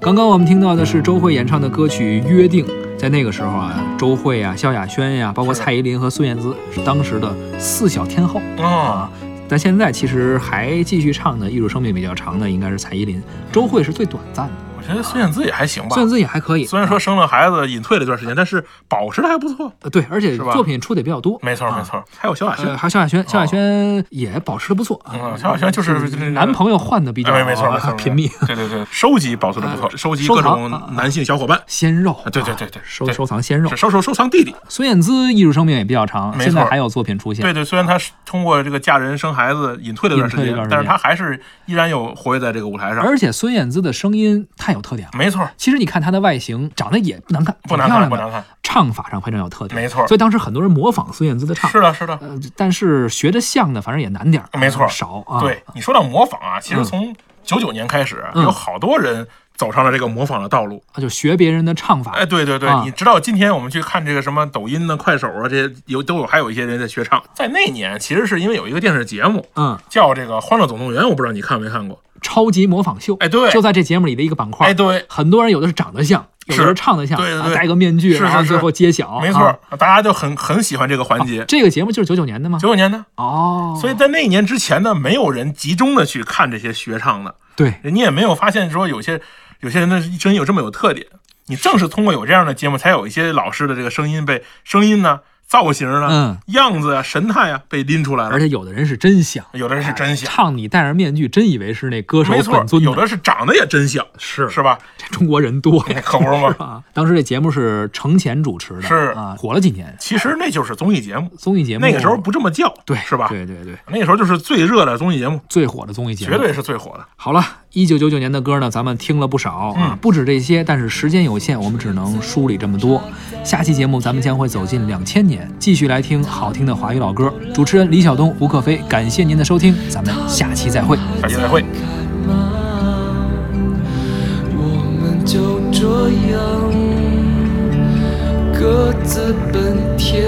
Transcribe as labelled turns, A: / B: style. A: 刚刚我们听到的是周蕙演唱的歌曲《约定》。在那个时候啊，周蕙呀、萧亚轩呀、包括
B: 是
A: 蔡依林和孙燕姿是当时的四小天后。
B: 啊，
A: 但现在其实还继续唱的艺术生命比较长的应该是蔡依林，周蕙是最短暂的，
B: 我觉得孙燕姿也还行吧
A: 孙。燕姿也还可以。
B: 虽然说生了孩子隐退了一段时间，但是保持的还不错。
A: 呃对，而且
B: 是吧
A: 作品出的也比较多。
B: 没错
A: 啊
B: 没错，还有萧亚轩哎
A: 呃，，还有萧亚轩，萧亚轩也保持的不错啊
B: 嗯，。萧亚轩就是就是
A: 男朋友换的比较啊
B: 哎没错没错
A: 频密，呃
B: 对对对，收集保存的不错，收集
A: 收
B: 各
A: 藏
B: 种
A: 啊
B: 男性小伙伴，
A: 鲜肉
B: 啊。对对
A: 啊
B: 对对
A: 收
B: 对
A: 收藏鲜肉
B: 是。收收收藏弟弟。
A: 孙燕姿艺术生命也比较长，
B: 没
A: 现在
B: 错
A: 还有作品出现
B: 对。对，虽然他是通过这个嫁人生孩子隐退了一段时
A: 隐退了
B: 间
A: 一段时，间
B: 但是他还是依然有活跃在这个舞台上。
A: 而且孙燕姿的声音太有特点了。
B: 没错，
A: 其实你看她的外形，长得也不难看，
B: 不
A: 挺
B: 难
A: 漂
B: 看
A: 亮
B: 不难
A: 的，
B: 看，
A: 唱法上非常有特点。
B: 没错
A: 所以当时很多人模仿孙燕姿的唱，
B: 是的是的。
A: 呃，但是学着像的，反正也难点儿，
B: 没错
A: 少啊。
B: 对你说到模仿啊，其实
A: 嗯
B: 从九九年开始，
A: 嗯
B: 有好多人走上了这个模仿的道路。
A: 啊，就学别人的唱法，
B: 哎，对对对
A: 啊，
B: 你直到今天我们去看这个什么抖音呢、快手啊，这些有都有，还有一些人在学唱。在那年，其实是因为有一个电视节目
A: 嗯，
B: 叫这个《欢乐总动员》，我不知道你看没看过？
A: 超级模仿秀，
B: 哎，对，
A: 就在这节目里的一个板块。
B: 哎，对，
A: 很多人有的是长得像，有的
B: 是
A: 是唱得像，
B: 对对
A: 啊
B: 对
A: 戴个面具，
B: 是是
A: 然后最
B: 是
A: 后揭晓。
B: 没错
A: 啊，
B: 大家就很很喜欢这个环节。
A: 这个节目就是九九年的吗？
B: 九九年呢，
A: 哦，
B: 所以在那一年之前呢，没有人集中的去看这些学唱的，
A: 对，
B: 你也没有发现说有些有些人的声音有这么有特点。你正是通过有这样的节目，才有一些老师的这个声音被声音呢、造型呢、
A: 嗯
B: 样子啊、神态啊被拎出来
A: 而
B: 了。
A: 且有的人是真像，哎
B: 有的人是真像，
A: 唱你戴上面具，真以为是那歌手
B: 没错
A: 本尊，
B: 有的是长得也真像，
A: 是
B: 是吧？
A: 这中国人多呀。
B: 可不是吗？
A: 啊，当时这节目是程前主持的，
B: 是
A: 啊，火了几年，
B: 其实那就是综艺节目，
A: 综艺节目
B: 那个时候不这么叫，
A: 对
B: 是吧？
A: 对对对，
B: 那个时候就是最热的综艺节目，
A: 最火的综艺节目，
B: 绝对是最火的。
A: 好了，一九九九年的歌呢，咱们听了不少
B: 嗯
A: 啊，不止这些，但是时间有限，我们只能梳理这么多。下期节目咱们将会走进两千年，继续来听好听的华语老歌。主持人李晓东、吴克飞，感谢您的收听，咱们下期再会。
B: 下期再会。
C: 吗？我们就这样各自奔天